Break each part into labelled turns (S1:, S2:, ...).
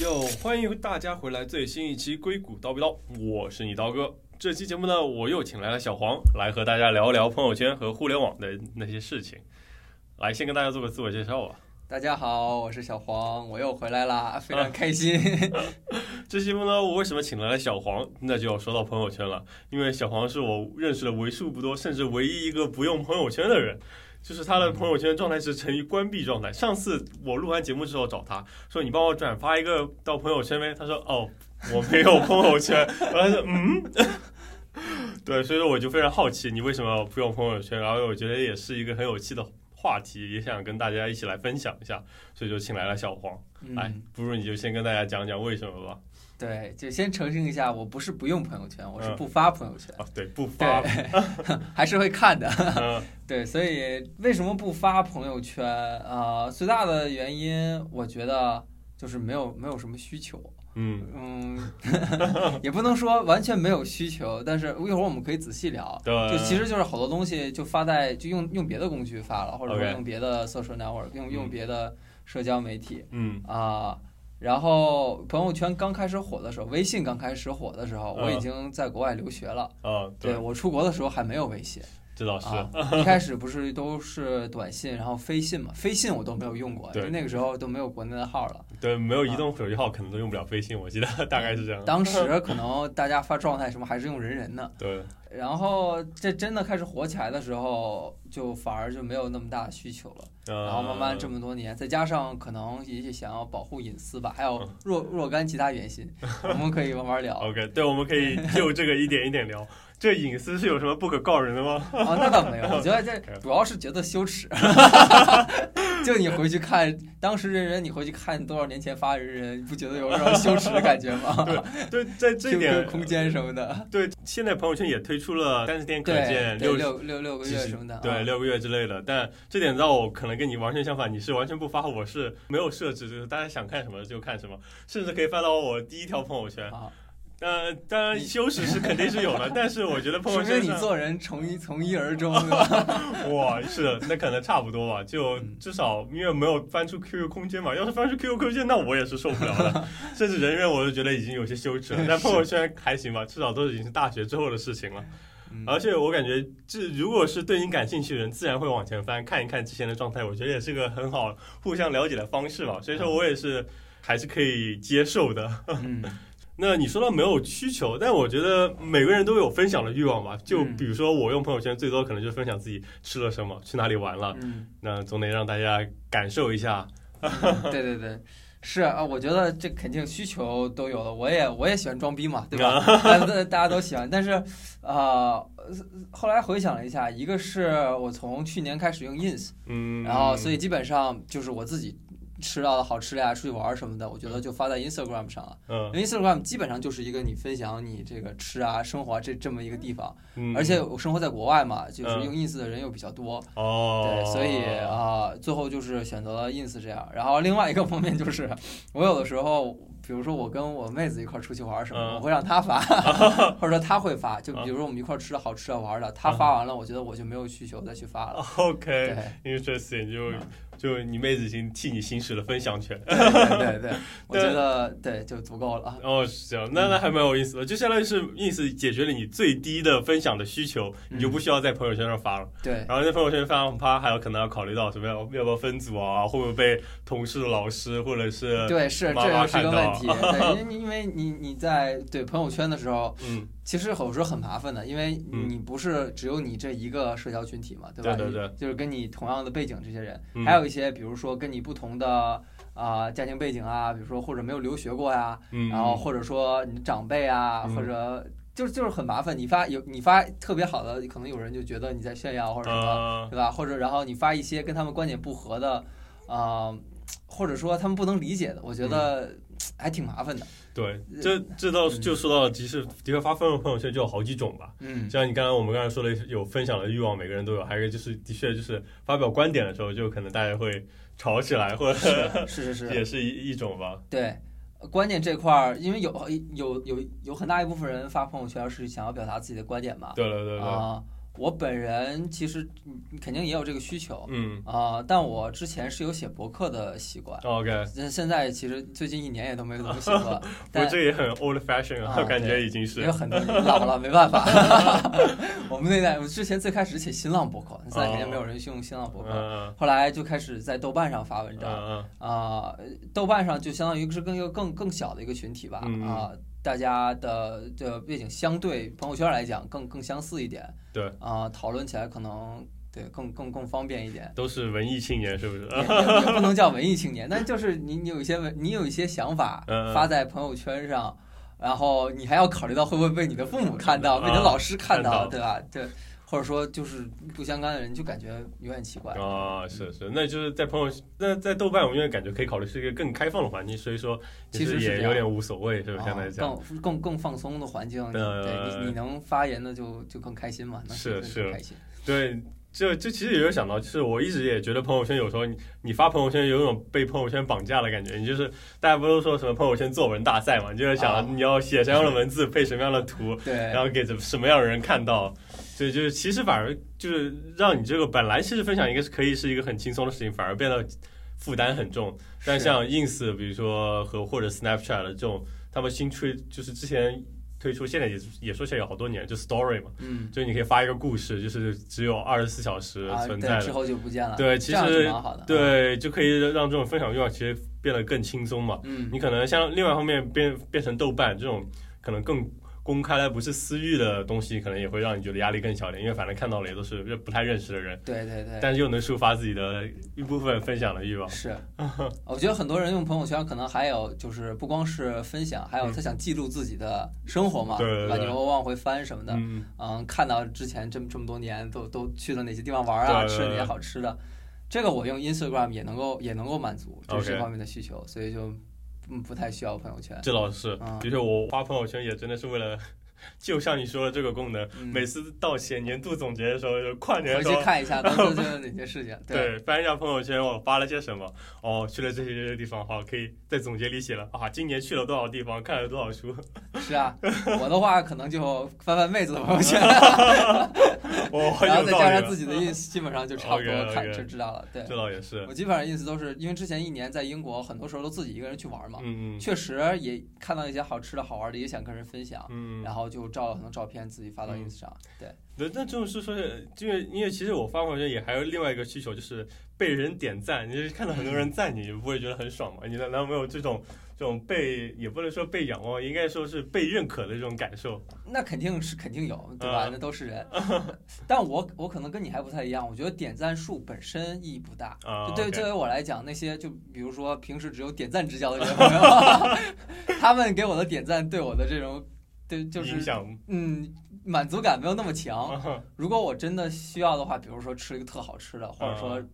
S1: 就欢迎大家回来最新一期《硅谷叨逼叨》，我是你刀哥。这期节目呢，我又请来了小黄来和大家聊聊朋友圈和互联网的那些事情。来，先跟大家做个自我介绍吧。
S2: 大家好，我是小黄，我又回来
S1: 啊
S2: 啦，非常 开心。
S1: 这期节目呢，我为什么请来了小黄？那就要说到朋友圈了，因为小黄是我认识的为数不多，甚至唯一一个不用朋友圈的人。就是他的朋友圈状态是呈于关闭状态。上次我录完节目之后找他说：“你帮我转发一个到朋友圈呗。”他说：“哦，我没有朋友圈。” 然后他说：“嗯。” 对，所以说我就非常好奇你为什么不用朋友圈，然后我觉得也是一个很有趣的话题，也想跟大家一起来分享一下，所以就请来了小黄。
S2: 嗯
S1: 来，不如你就先跟大家讲讲为什么吧。
S2: 对，就先澄清一下，我不是不用朋友圈，我是不发朋友圈。
S1: 嗯、啊，对，不发，
S2: 还是会看的。嗯、对，所以为什么不发朋友圈啊、呃？最大的原因，我觉得就是没有没有什么需求。嗯嗯， 也不能说完全没有需求，但是一会儿我们可以仔细聊。
S1: 对，
S2: 就其实就是好多东西就发在就用用别的工具发了，或者说用别的 social network，用用别的社交媒体。
S1: 嗯
S2: 啊。呃然后朋友圈刚开始火的时候，微信刚开始火的时候，我已经在国外留学了。
S1: 啊，
S2: 对啊我出国的时候还没有微信。
S1: 这倒啊是，
S2: 一开始不是都是短信，然后飞信嘛，飞信我都没有用过，就那个时候都没有国内的号了。
S1: 对，没有
S2: 啊
S1: 移动手机号，可能都用不了飞信，我记得大概是这样。
S2: 当时可能大家发状态什么还是用人人呢。
S1: 对。
S2: 然后这真的开始火起来的时候，就反而就没有那么大的需求了。
S1: 嗯
S2: 然后慢慢这么多年，再加上可能也想要保护隐私吧，还有若若干其他原因，我们可以慢慢聊。
S1: OK，对，我们可 以就这个一点一点聊。这隐私是有什么不可告人的吗？
S2: 啊，那倒没有，我觉 得这主要是觉得羞耻。就你回去看当时人人，你回去看多少年前发人人，你不觉得有种羞耻的感觉吗？
S1: 对对，在这点
S2: 空间什么的。
S1: 对，现在朋友圈也推出了三十天可见
S2: 六六六六个月什么的，啊
S1: 对六个月之类的。但这点让我可能跟你完全相反，你是完全不发，我是没有设置，就是大家想看什么就看什么，甚至可以发到我第一条朋友圈。
S2: 啊
S1: 呃，当然羞耻是肯定是有的，但是我觉得朋友圈
S2: 你做人从一从一而终，
S1: 哇，是的，那可能差不多吧，就至少因为没有翻出 QQ 空间嘛，要是翻出 QQ 空间，那我也是受不了的，甚至人人我都觉得已经有些羞耻了，但朋友圈还行吧，至少都已经是大学之后的事情了。
S2: 嗯
S1: 而且我感觉，这如果是对你感兴趣的人，自然会往前翻看一看之前的状态，我觉得也是个很好互相了解的方式吧，所以说我也是还是可以接受的。
S2: 嗯。
S1: 那你说到没有需求，但我觉得每个人都有分享的欲望吧。就比如说，我用朋友圈最多可能就分享自己吃了什么，去哪里玩了，
S2: 嗯、
S1: 那总得让大家感受一下。
S2: 对对对。是啊，我觉得这肯定需求都有了。我也我也喜欢装逼嘛，对吧？
S1: 啊
S2: 大家大家都喜欢。但是，呃，后来回想了一下，一个是我从去年开始用 ins，
S1: 嗯，
S2: 然后所以基本上就是我自己吃到的好吃的呀、出去玩什么的，我觉得就发在 Instagram 上了。
S1: 嗯
S2: ，Instagram 基本上就是一个你分享你这个吃啊、生活、啊、这这么一个地方。
S1: 嗯，
S2: 而且我生活在国外嘛，就是用 ins 的人又比较多。
S1: 哦，
S2: 对，所以 啊、呃，最后就是选择了 ins 这样。然后另外一个方面就是，我有的时候，比如说我跟我妹子一块出去玩什么，
S1: 嗯、
S2: 我会让 她发，或者说她会发。就比如说我们一块吃的好吃的玩的，她
S1: 嗯
S2: 发完了，我觉得我就没有需求再去发了。
S1: 哎 OK，interesting，就、
S2: 嗯、
S1: 就你妹子已经替你行使了分享权。
S2: 对,对对 对，我觉得对就足够了。
S1: 哦，是这样，那那还蛮有意思的，就相当于是 ins 解决了你最低的分享的需求，你就不需要在朋友圈上发了。
S2: 对，
S1: 然后在朋友圈发发，还有可能要考虑到什么要要不要分组啊，会不会被同事、老师或者是
S2: 对是
S1: 呃妈妈
S2: 这是
S1: 看
S2: 个问
S1: 到
S2: 题，对， 因为因为你你在对朋友圈的时候，
S1: 嗯，
S2: 其实有时候很麻烦的，因为
S1: 嗯
S2: 你不是只有你这一个社交群体嘛，对吧？
S1: 对对
S2: 你
S1: 对
S2: 就是跟你同样的背景这些人，
S1: 嗯
S2: 还有一些比如说跟你不同的啊、家庭背景啊，比如说或者没有留学过呀、
S1: 嗯，
S2: 然后或者说你的长辈啊，
S1: 嗯
S2: 或者就是就是很麻烦。你发有你发特别好的，可能有人就觉得你在炫耀或者什么，
S1: 呃，
S2: 对吧？或者然后你发一些跟他们观点不合的，啊、或者说他们不能理解的，我觉得
S1: 嗯
S2: 还挺麻烦的。
S1: 对，这这倒是就说到了，其实的确发朋友朋友圈就有好几种吧。
S2: 嗯，
S1: 像你刚才我们刚才说的，有分享的欲望，每个人都有。还有一个就是，的确就是发表观点的时候，就可能大家会吵起来，或者
S2: 是是是，
S1: 也是一一种吧。
S2: 对。观点这块儿，因为有有有有很大一部分人发朋友圈是想要表达自己的观点嘛，
S1: 对对对对，
S2: 啊、我本人其实嗯肯定也有这个需求
S1: 嗯哦
S2: 啊、但我之前是有写博客的习惯，
S1: ，OK，，
S2: 但现在其实最近一年也都没怎么写了
S1: 我
S2: 但
S1: 这也很 old fashion 啊，
S2: 啊
S1: 感觉
S2: 对
S1: 已经
S2: 也
S1: 是
S2: 有很多人老了 没办法。我们那代，我之前最开始写新浪博客，现在肯定没有人用新浪博客，
S1: 嗯
S2: 后来就开始在豆瓣上发文
S1: 嗯
S2: 章。
S1: 嗯
S2: 啊、豆瓣上就相当于是更一个更更小的一个群体吧，啊、
S1: 嗯嗯
S2: 大家的的背景相对朋友圈来讲更更相似一点，
S1: 对。
S2: 啊、讨论起来可能对更更更方便一点
S1: 都是文艺青年是不是？
S2: 也也也不能叫文艺青年，但就是你你有一些文，你有一些想法
S1: 嗯嗯
S2: 发在朋友圈上，然后你还要考虑到会不会被你的父母看到，被你的
S1: 啊
S2: 老师看
S1: 看
S2: 到，
S1: 到
S2: 对吧？对，或者说就是不相干的人就感觉有点奇怪。
S1: 啊，是是，那就是在朋友那在豆瓣，我们现在感觉可以考虑是一个更开放的环境，所以说
S2: 其实是
S1: 也
S2: 这
S1: 有
S2: 样
S1: 点无所谓，是不是？相对来讲，
S2: 啊、更更更放松的环境，你
S1: 呃
S2: 对你你能发言的就就更开心嘛，能
S1: 是
S2: 更
S1: 是
S2: 更开心。
S1: 对，这这其实也有想到，就是我一直也觉得朋友圈有时候你你发朋友圈有一种被朋友圈绑架的感觉，你就是大家不都说什么朋友圈作文大赛嘛，你就是
S2: 啊
S1: 想你要写什么样的文字，配什么样的图，
S2: 对
S1: 然后给什什么样的人看到，所以就是其实反而就是让你这个本来其实分享一个是可以是一个很轻松的事情，反而变得负担很重。但
S2: 是
S1: 像 ins 比如说和或者 Snapchat 的这种，他们新推就是之前推出，现在也也说起来有好多年，就 Story 嘛，
S2: 嗯
S1: 就你可以发一个故事，就是只有二十四小时
S2: 啊，
S1: 存在
S2: 对，之
S1: 的，
S2: 后就不见了，
S1: 对其
S2: 这样
S1: 实
S2: 是蛮好的，啊，
S1: 对，就可以让这种分享欲望其实变得更轻松嘛。
S2: 嗯
S1: 你可能像另外一方面变变成豆瓣这种，可能更公开来不是私域的东西，可能也会让你觉得压力更小一点，因为反正看到了也都是不太认识的人，
S2: 对对对。
S1: 但是又能抒发自己的一部分分享的欲望。
S2: 是，我觉得很多人用朋友圈，可能还有就是不光是分享，还有他想记录自己的生活嘛，
S1: 嗯对对
S2: 对吧？
S1: 对
S2: 你会往回翻什么的，
S1: 嗯，
S2: 嗯，看到之前这么这么多年都都去了哪些地方玩啊，
S1: 对
S2: 吃了哪
S1: 对
S2: 些好吃的，这个我用 Instagram 也能够也能够满足就是
S1: OK
S2: 这方面的需求，所以就嗯不太需要朋友圈。
S1: 这倒是
S2: 嗯，
S1: 的确，我发朋友圈也真的是为了。就像你说的这个功能，
S2: 嗯
S1: 每次到写年度总结的时候，就跨年的
S2: 回
S1: 时候
S2: 去，看一下当时做了哪些事情。对，
S1: 对，翻一下朋友圈，我发了些什么？哦，去了这些地方，好，可以在总结里写了啊，今年去了多少地方，看了多少书。
S2: 是啊，我的话可能就翻翻妹子的朋友 圈，
S1: 我很
S2: 然后
S1: 有
S2: 再
S1: 道
S2: 加
S1: 理
S2: 上自
S1: 了。
S2: 己 的 ins，基本上就差不
S1: OK，OK
S2: 多看就知道了。对，
S1: 这倒也是，
S2: 我基本上 ins 都是因为之前一年在英国，很多时候都自己一个人去玩嘛，
S1: 嗯
S2: 确实也看到一些好吃的好玩的，也想跟人分享，
S1: 嗯嗯。
S2: 然后就照了很多照片自己发到
S1: 嗯
S2: ins 上。对，
S1: 那那这种是说是，因为因为其实我发朋友圈也还有另外一个需求，就是被人点赞。你就是看到很多
S2: 嗯
S1: 人赞你，你不会觉得很爽吗？你难道没有这种这种被也不能说被仰望，应该说是被认可的这种感受？
S2: 那肯定是肯定有，对吧？
S1: 嗯
S2: 那都是人， 但我我可能跟你还不太一样，我觉得点赞数本身意义不大。
S1: 啊，
S2: 就对
S1: OK
S2: 对于我来讲，那些就比如说平时只有点赞之交的这些朋友， 他们给我的点赞对我的这种对就
S1: 影
S2: 是
S1: 响，哦
S2: 嗯满足感没有那么强。如果我真的需要的话，比如说吃了一个特好吃的，或者说
S1: 嗯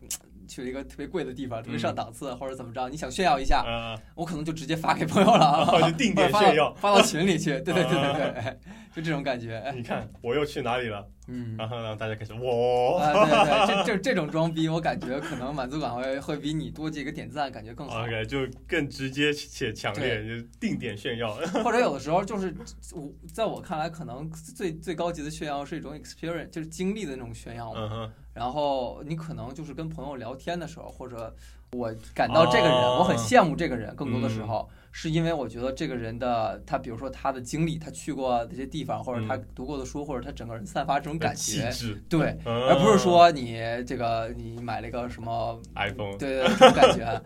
S2: 去了一个特别贵的地方，特
S1: 嗯
S2: 别上档次，或者怎么着，你想炫耀一下，
S1: 啊，
S2: 我可能就直接发给朋友了啊，
S1: 哦就 定点
S2: 或者发
S1: 炫
S2: 到
S1: 耀啊
S2: 发到群里去。对对对对对，就这种感觉。哎
S1: 你看我又去哪里了？
S2: 嗯。
S1: 然后让大家开始哇
S2: 啊，对对，对，这这这种装逼，我感觉可能满足感会会比你多几个点赞感觉更好，
S1: ，OK，就更直接且强烈，就是定点炫耀。
S2: 或者有的时候就是我在我看来，可能最最高级的炫耀是一种 experience，就是经历的那种炫耀嘛。
S1: 嗯哼，
S2: 然后你可能就是跟朋友聊天的时候，或者我感到这个人，
S1: 哦
S2: 我很羡慕这个人，更多的
S1: 嗯
S2: 时候。是因为我觉得这个人的他，比如说他的经历，他去过这些地方，或者
S1: 嗯
S2: 他读过的书，或者他整个人散发这种感
S1: 气
S2: 觉，
S1: 质，
S2: 对，
S1: 而
S2: 而不是说你这个你买了一个什么
S1: 嗯 iPhone
S2: 对对，对这种感觉。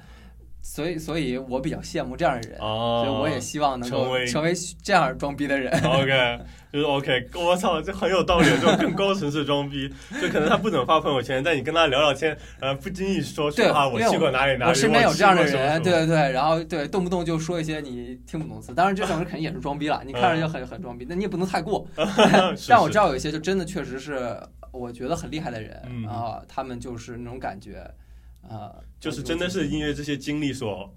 S2: 所以，所以我比较羡慕这样的人，
S1: 哦，
S2: 所以我也希望能
S1: 成
S2: 够
S1: 为
S2: 成为这样装逼的人。
S1: OK，就是 OK，我操，这很有道理，这种更高层次装逼，就可能他不怎么发朋友圈，但你跟他聊聊天，呃，不经意说说
S2: 对
S1: 啊，我
S2: 因为
S1: 去过哪里哪里，
S2: 我身边有这样的
S1: 我吃过什
S2: 人，
S1: 么啊
S2: 对，对对，然后对动不动就说一些你听不懂词，当然这种人肯定也是装逼了，你看着就很很装逼，那你也不能太过。
S1: 嗯是
S2: 但我知
S1: 道，
S2: 道有一些就真的确实是我觉得很厉害的
S1: 嗯
S2: 人啊，他们就是那种感觉，啊，
S1: 就是真的是因为这些经历所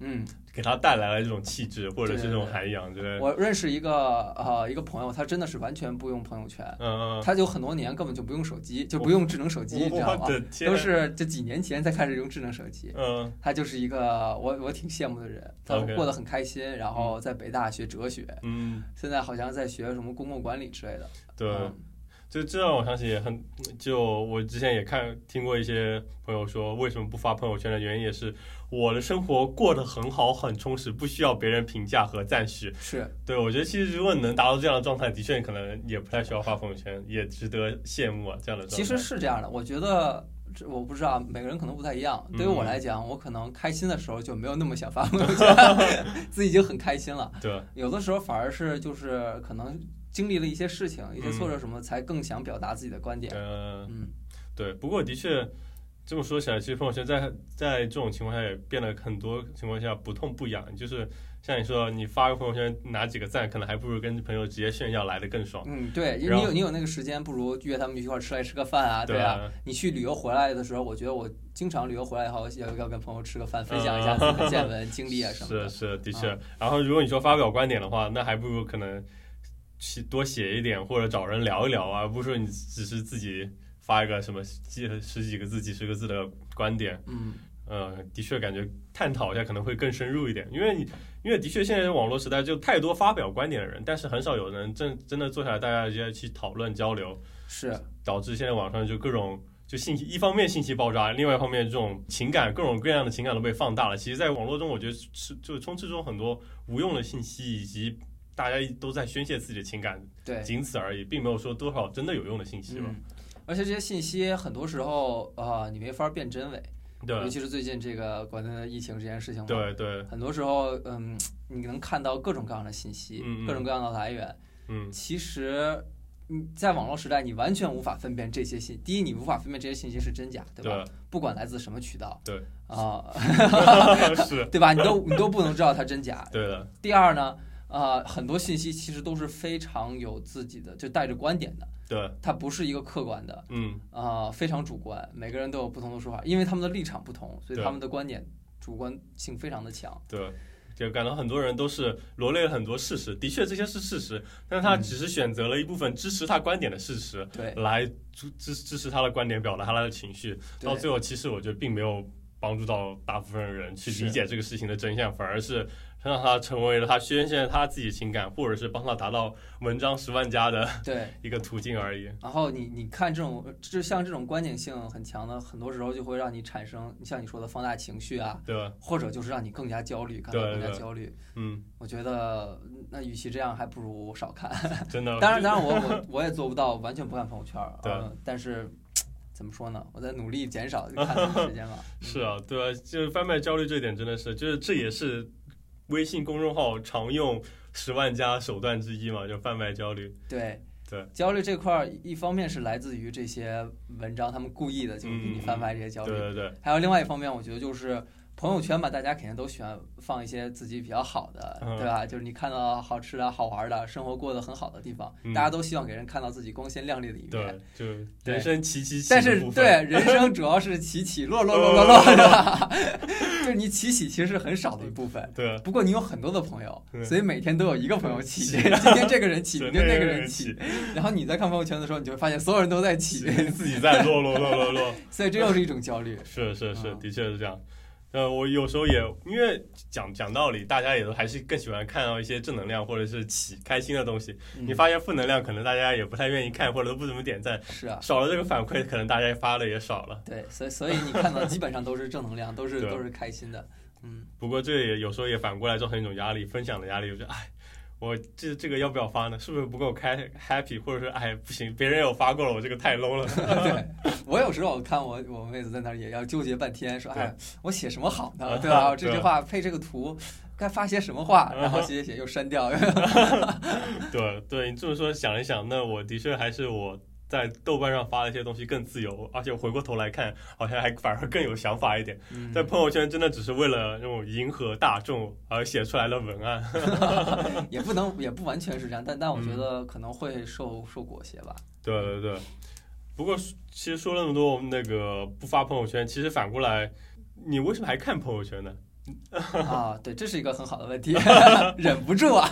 S2: 嗯，
S1: 给他带来了这种气质，或者是这种
S2: 对对对
S1: 涵养之类的，
S2: 我认识一个呃一个朋友，他真的是完全不用朋友圈，
S1: 嗯，嗯
S2: 他有很多年根本就不用手 机，就不用智能手机，你知道
S1: 我
S2: 吗？
S1: 的天，
S2: 都是这几年前才开始用智能手机。
S1: 嗯，
S2: 他就是一个我我挺羡慕的人，他
S1: OK
S2: 过得很开心，然后在北大学哲学，
S1: 嗯
S2: 现在好像在学什么公共管理之类的。
S1: 对。
S2: 嗯
S1: 这这让我想起很，就我之前也看听过一些朋友说，为什么不发朋友圈的原因也是我的生活过得很好，很充实，不需要别人评价和赞许。
S2: 是
S1: 对，我觉得其实如果你能达到这样的状态，的确可能也不太需要发朋友圈，也值得羡慕啊这样的状态。
S2: 其实是这样的，我觉得这我不知道，每个人可能不太一样。
S1: 嗯
S2: 对于我来讲，我可能开心的时候就没有那么想发 朋友圈，自己已经很开心了。
S1: 对，
S2: 有的时候反而是就是可能经历了一些事情、一些挫折什么，才更想表达自己的观点。
S1: 嗯、
S2: 嗯，
S1: 对，不过的确这么说起来，其实朋友圈在在这种情况下也变得很多情况下不痛不痒，就是像你说，你发个朋友圈拿几个赞，可能还不如跟朋友直接炫耀来的更爽。
S2: 嗯，对，因为
S1: 然
S2: 你
S1: 后
S2: 有你有那个时间，不如约他们一块儿吃来吃个饭啊，对啊。
S1: 啊，
S2: 你去旅游回来的时候，我觉得我经常旅游回来以后要要跟朋友吃个饭，分享一下自己的见闻、经历啊什么
S1: 嗯是
S2: 的。
S1: 是的
S2: 啊
S1: 确。然后如果你说发表观点的话，那还不如可能写多写一点，或者找人聊一聊啊，而不是说你只是自己发一个什么几十几个字、几十个字的观点。
S2: 嗯，
S1: 呃，的确感觉探讨一下可能会更深入一点，因为你，因为的确现在网络时代就太多发表观点的人，但是很少有人真真的坐下来大家直接去讨论交流，
S2: 是
S1: 导致现在网上就各种就信息，一方面信息爆炸，另外一方面这种情感各种各样的情感都被放大了。其实，在网络中，我觉得是就充斥中很多无用的信息，以及大家都在宣泄自己的情感，
S2: 对。
S1: 仅此而已，并没有说多少真的有用的信息吧。
S2: 嗯，而且这些信息很多时候啊、你没法辨真伪，尤
S1: 对
S2: 其是最近这个国内的疫情这件事情嘛，
S1: 对对，
S2: 很多时候，嗯，你能看到各种各样的信息，
S1: 嗯嗯
S2: 各种各样的来源。
S1: 嗯，
S2: 其实你在网络时代，你完全无法分辨这些信。第一，你无法分辨这些信息是真假，对吧？
S1: 对
S2: 不管来自什么渠道，
S1: 对
S2: 啊、
S1: 是，
S2: 对吧？你都你都不能知道它真假。
S1: 对的，
S2: 第二呢，呃，很多信息其实都是非常有自己的，就带着观点的，
S1: 对，
S2: 它不是一个客观的。
S1: 嗯，
S2: 啊、非常主观，每个人都有不同的说法，因为他们的立场不同，所以
S1: 对
S2: 他们的观点主观性非常的强。
S1: 对，就感到很多人都是罗列了很多事实，的确这些是事实，但是他只是选择了一部分支持他观点的事实、
S2: 嗯 对
S1: 来支支支持他的观点，表达他的情绪，到
S2: 对
S1: 最后其实我觉得并没有帮助到大部分人去
S2: 是
S1: 理解这个事情的真相，反而是。 让他成为了他宣泄他自己情感，或者是帮他达到文章十万加的
S2: 对，
S1: 一个途径而已。
S2: 然后你你看这种，就像这种观点性很强的，很多时候就会让你产生像你说的放大情绪啊，
S1: 对吧？
S2: 或者就是让你更加焦虑，看
S1: 对
S2: 到更加
S1: 对
S2: 焦虑。
S1: 嗯，
S2: 我觉得那与其这样，还不如少看。
S1: 真的。
S2: 当然，当然我我我也做不到完全不看朋友圈儿，
S1: 嗯对
S2: 呃但是怎么说呢，我在努力减少看的时间 吧。
S1: 是啊，对啊，就是贩卖焦虑这点真的是，就是这也是微信公众号常用十万加手段之一嘛，就贩卖焦虑。
S2: 对
S1: 对，
S2: 焦虑这块儿，一方面是来自于这些文章，他们故意的就给你贩卖这些焦
S1: 对
S2: 虑；
S1: 嗯对对，
S2: 还有另外一方面，我觉得就是朋友圈吧，大家肯定都喜欢放一些自己比较好的，
S1: 嗯
S2: 对吧？就是你看到好吃的好玩的，生活过得很好的地方，
S1: 嗯
S2: 大家都希望给人看到自己光鲜亮丽的一面。
S1: 对，就
S2: 对
S1: 人生起起起
S2: 但
S1: 的
S2: 是
S1: 部分。
S2: 对 人生主要是起起落落落落落，对吧？ 就是你起起其实是很少的一部分。
S1: 嗯对
S2: 不过你有很多的朋友，
S1: 对
S2: 所以每天都有一个朋友起，
S1: 起
S2: 今天这个人起，
S1: 对
S2: 明天
S1: 那
S2: 那
S1: 个
S2: 个
S1: 人
S2: 人起，然后你在看朋友圈的时候，你就会发现所有人都在起，
S1: 自己在落落落落落，
S2: 所以这又是一种焦虑。
S1: 是是是，
S2: 嗯
S1: 的确是这样。呃，我有时候也因为讲讲道理，大家也都还是更喜欢看到一些正能量或者是起开心的东西。你
S2: 嗯
S1: 发现负能量，可能大家也不太愿意看，或者都不怎么点赞。
S2: 是啊，
S1: 少了这个反馈，可能大家发的也少了。
S2: 对，所以所以你看到基本上都是正能量，都是
S1: 对
S2: 都是开心的。嗯，
S1: 不过这也有时候也反过来造成一种压力，分享的压力，我觉得哎，我这这个要不要发呢？是不是不够开 happy，或者是哎不行，别人有发过了，我这个太 low 了。
S2: 对，我有时候我看我我妹子在那儿也要纠结半天，说
S1: 对
S2: 哎，我写什么好呢？
S1: 啊嗯
S2: 对吧？我
S1: 对
S2: 这句话配这个图，该发些什么话？然后写写写又删掉，
S1: 对对，你这么说想一想，那我的确还是我。在豆瓣上发的一些东西更自由，而且回过头来看，好像还反而更有想法一点。
S2: 嗯
S1: 在朋友圈真的只是为了那种迎合大众而写出来的文案。
S2: 也不能也不完全是这样，但但我觉
S1: 嗯
S2: 得可能会受受裹挟 吧。
S1: 对对对。不过其实说了那么多，我们那个不发朋友圈，其实反过来，你为什么还看朋友圈呢？
S2: 啊，对，这是一个很好的问题，忍不住啊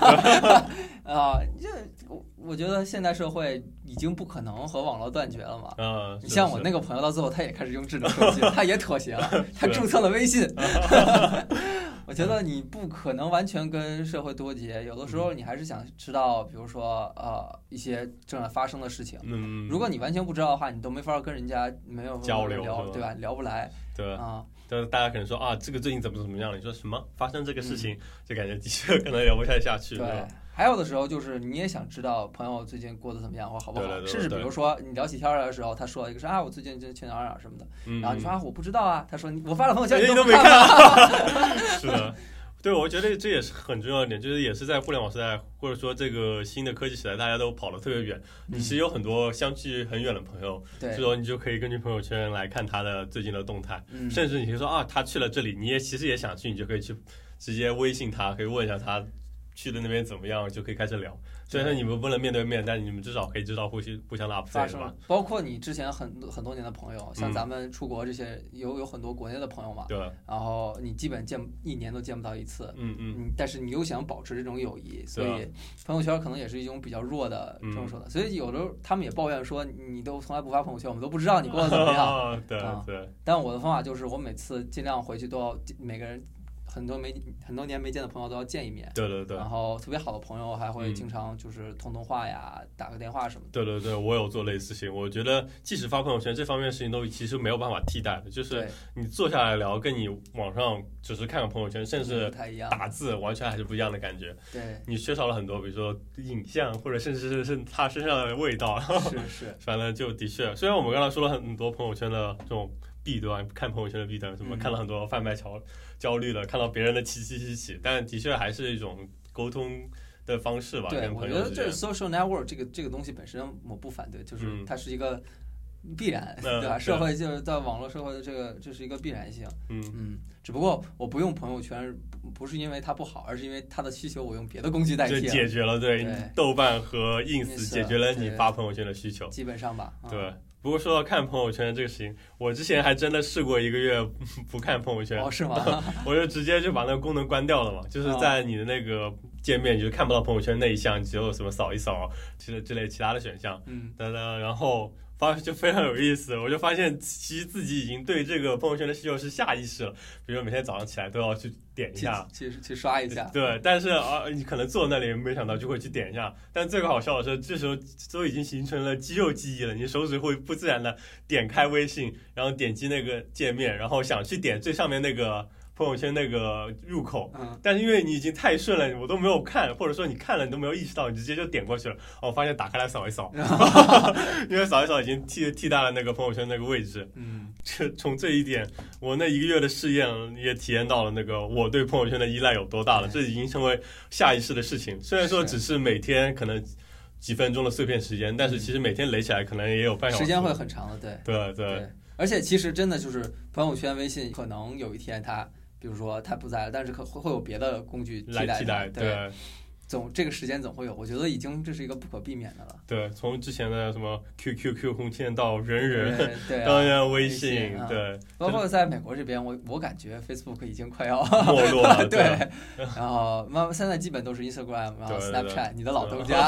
S2: 啊！这我我觉得现代社会已经不可能和网络断绝了嘛。
S1: 啊，
S2: 你像我那
S1: 个，
S2: 个朋友，到最后他也开始用智能手机， 他也妥协了，他注册了微信。我觉得你不可能完全跟社会脱节，有的时
S1: 嗯
S2: 候你还是想知道，比如说呃一些正在发生的事情。
S1: 嗯，
S2: 如果你完全不知道的话，你都没法跟人家没有
S1: 交流
S2: 聊
S1: 是吧
S2: 对吧？聊不来
S1: 嗯对，
S2: 啊。
S1: 但是大家可能说啊，这个最近怎么怎么样了？你说什么发生这个事情，就感觉的确可能聊不太下去，对
S2: 嗯对
S1: 吧？，
S2: 还有的时候就是你也想知道朋友最近过得怎么样或好不好，
S1: 对对对对
S2: 甚至比
S1: 对
S2: 如说你聊起天儿来的时候，他说一个是啊我最近就去哪儿哪儿什么的，
S1: 嗯，
S2: 然后你说啊我不知道啊，他说你我发了朋友圈
S1: 哎
S2: 你
S1: 都
S2: 不
S1: 没
S2: 看吗？
S1: 是的， 对，我觉得这也是很重要的点，就是也是在互联网时代，或者说这个新的科技时代，大家都跑得特别远。你其实有很多相距很远的朋友，这
S2: 嗯对，
S1: 时候你就可以根据朋友圈来看他的最近的动态，
S2: 嗯，
S1: 甚至你可以说啊，他去了这里，你也其实也想去，你就可以去直接微信他，可以问一下他去的那边怎么样，就可以开始聊。虽然说你们不能面对面，但你们至少可以知道互相互相的 update
S2: 发生
S1: 吧
S2: 了。，包括你之前很多很多年的朋友，像
S1: 嗯
S2: 咱们出国这些有有很多国内的朋友嘛，
S1: 对吧，
S2: 然后你基本见一年都见不到一次，
S1: 嗯嗯，
S2: 嗯，但是你又想保持这种友谊，所
S1: 对啊嗯
S2: 以朋友圈可能也是一种比较弱的这种手段。所以有的时候他们也抱怨说，你都从来不发朋友圈，我们都不知道你过得怎么 样。
S1: 啊对
S2: 啊
S1: 对，
S2: 但我的方法就是，我每次尽量回去都要每个人很多没很多年没见的朋友都要见一面，
S1: 对对对。
S2: 然后特别好的朋友还会
S1: 嗯
S2: 经常就是通通话呀、打个电话什么的。
S1: 对对对，我有做类似情，我觉得即使发朋友圈这方面的事情都其实没有办法替代的，就是
S2: 对，
S1: 你坐下来聊，跟你网上只是看个朋友圈，甚
S2: 不
S1: 至
S2: 太一样。
S1: 打字，完全还是不一样的感觉。
S2: 对，
S1: 你缺少了很多，比如说影像，或者甚至是是他身上的味道。
S2: 是是，
S1: 反正就的确，虽然我们刚才说了很多朋友圈的这种弊端，看朋友圈的弊端，什么
S2: 嗯
S1: 看了很多贩卖焦焦虑的，看到别人的七七七七，但的确还是一种沟通的方式吧，
S2: 对
S1: 跟，
S2: 我
S1: 朋
S2: 觉
S1: 友
S2: 得
S1: 之
S2: 这
S1: 间。
S2: social network 这个这个东西本身我不反对，就是
S1: 嗯
S2: 它是一个必然，
S1: 嗯
S2: 对吧？
S1: 对
S2: 社会就是在网络社会的这个这是一个必然性。
S1: 嗯，
S2: 嗯，只不过我不用朋友圈，不不是因为它不好，而是因为它的需求我用别的工具代
S1: 就
S2: 替
S1: 解
S2: 了，
S1: 决了对
S2: 对
S1: 豆瓣和 ins
S2: Ins
S1: 解决了你
S2: 对
S1: 发朋友圈的需求。
S2: 基本上吧。嗯、
S1: 对，不过说到看朋友圈这个事情，我之前还真的试过一个月 不看朋友圈，
S2: 哦，是 吗？
S1: 我就直接就把那个功能关掉了嘛，就是
S2: 哦
S1: 在你的那个界面你就看不到朋友圈那一项，只有什么扫一扫之类之类其他的选项。
S2: 嗯，
S1: 哒哒，然后发 就非常有意思，我就发现其实自己已经对这个朋友圈的需求是下意识了，比如每天早上起来都要去点一
S2: 去
S1: 下，
S2: 去去刷 一下。
S1: 对，但是啊，你可能坐那里，没想到就会去点一下。但最好笑的是，这时候都已经形成了肌肉记忆了，你手指会不自然的点开微信，然后点击那个界面，然后想去点最上面那个朋友圈那个入口。
S2: 嗯，
S1: 但是因为你已经太顺了，我都没有看，或者说你看了你都没有意识到，你直接就点过去了。哦，我发现打开来扫一 扫， 因为扫一扫已经替替代了那个朋友圈那个位置。
S2: 嗯，
S1: 这从这一点，我那一个月的试验也体验到了那个我对朋友圈的依赖有多大了。这已经成为下意识的事情。虽然说
S2: 是
S1: 只是每天可能几分钟的碎片时间，但是其实每天累起来可能也有半小时。
S2: 时间会很长的，对
S1: 对对
S2: 对。而且其实真的就是朋友圈、微信，可能有一天它。比如说它不在了，但是可会会有别的工具替代
S1: 来
S2: 它
S1: 替代
S2: 对，
S1: 对
S2: 总这个时间总会有，我觉得已经这是一个不可避免的了。
S1: 对，从之前的什么 QQQ 空间到人人，
S2: 对 对、啊，
S1: 当然微
S2: 微
S1: 信，
S2: 啊
S1: 对
S2: 包括在美国这边，我我感觉 Facebook 已经快要
S1: 没落 了，
S2: 对，然后慢慢现在基本都是 Instagram，然
S1: 对
S2: 后
S1: 对对
S2: Snapchat，你的老东家，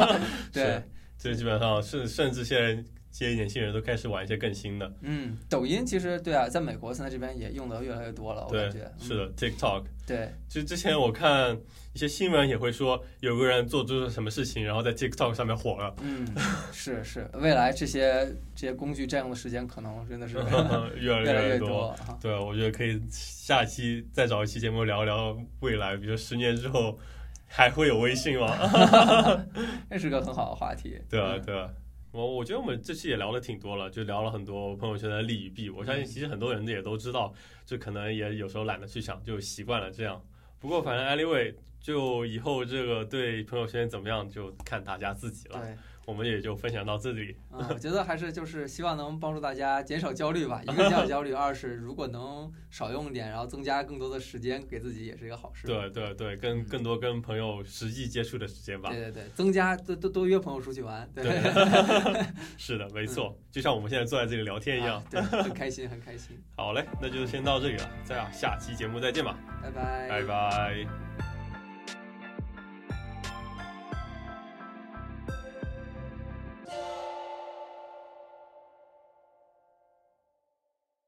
S2: 对
S1: 是，这基本上是甚至现在这些年轻人都开始玩一些更新的。
S2: 嗯，抖音其实对啊，在美国现在这边也用的越来越多了，我
S1: 对
S2: 感觉，，
S1: 是
S2: 嗯，
S1: 的，TikTok。
S2: 对，
S1: 就之前我看一些新闻也会说，有个人做出了什么事情，然后在 TikTok 上面火了。
S2: 嗯，是是，未来这些这些工具占用的时间可能真的是
S1: 越来
S2: 越来
S1: 越
S2: 越
S1: 多。
S2: 啊
S1: 对，我觉得可以下期再找一期节目聊聊未来，比如十年之后还会有微信吗？
S2: 这是个很好的话题，
S1: 对啊，
S2: 嗯
S1: 对啊。我我觉得我们这期也聊的挺多了，就聊了很多朋友圈的利与弊。我相信其实很多人也都知道，就可能也有时候懒得去想，就习惯了这样。不过反正 anyway，就以后这个对朋友圈怎么样，就看大家自己了。
S2: 对。
S1: 我们也就分享到这里。
S2: 嗯，我觉得还是就是希望能帮助大家减少 焦虑吧。一个减少焦虑，二是如果能少用点，然后增加更多的时间给自己，也是一个好事。
S1: 对对对，跟更多跟朋友实际接触的时间吧。
S2: 对对对，增加多多多约朋友出去玩，对，
S1: 对是的，没错，就像我们现在坐在这里聊天一样
S2: 嗯啊。对， 很开心，很开心，
S1: 啊好嘞，那就先到这里了，再下期节目再见吧，
S2: 拜拜，
S1: 拜拜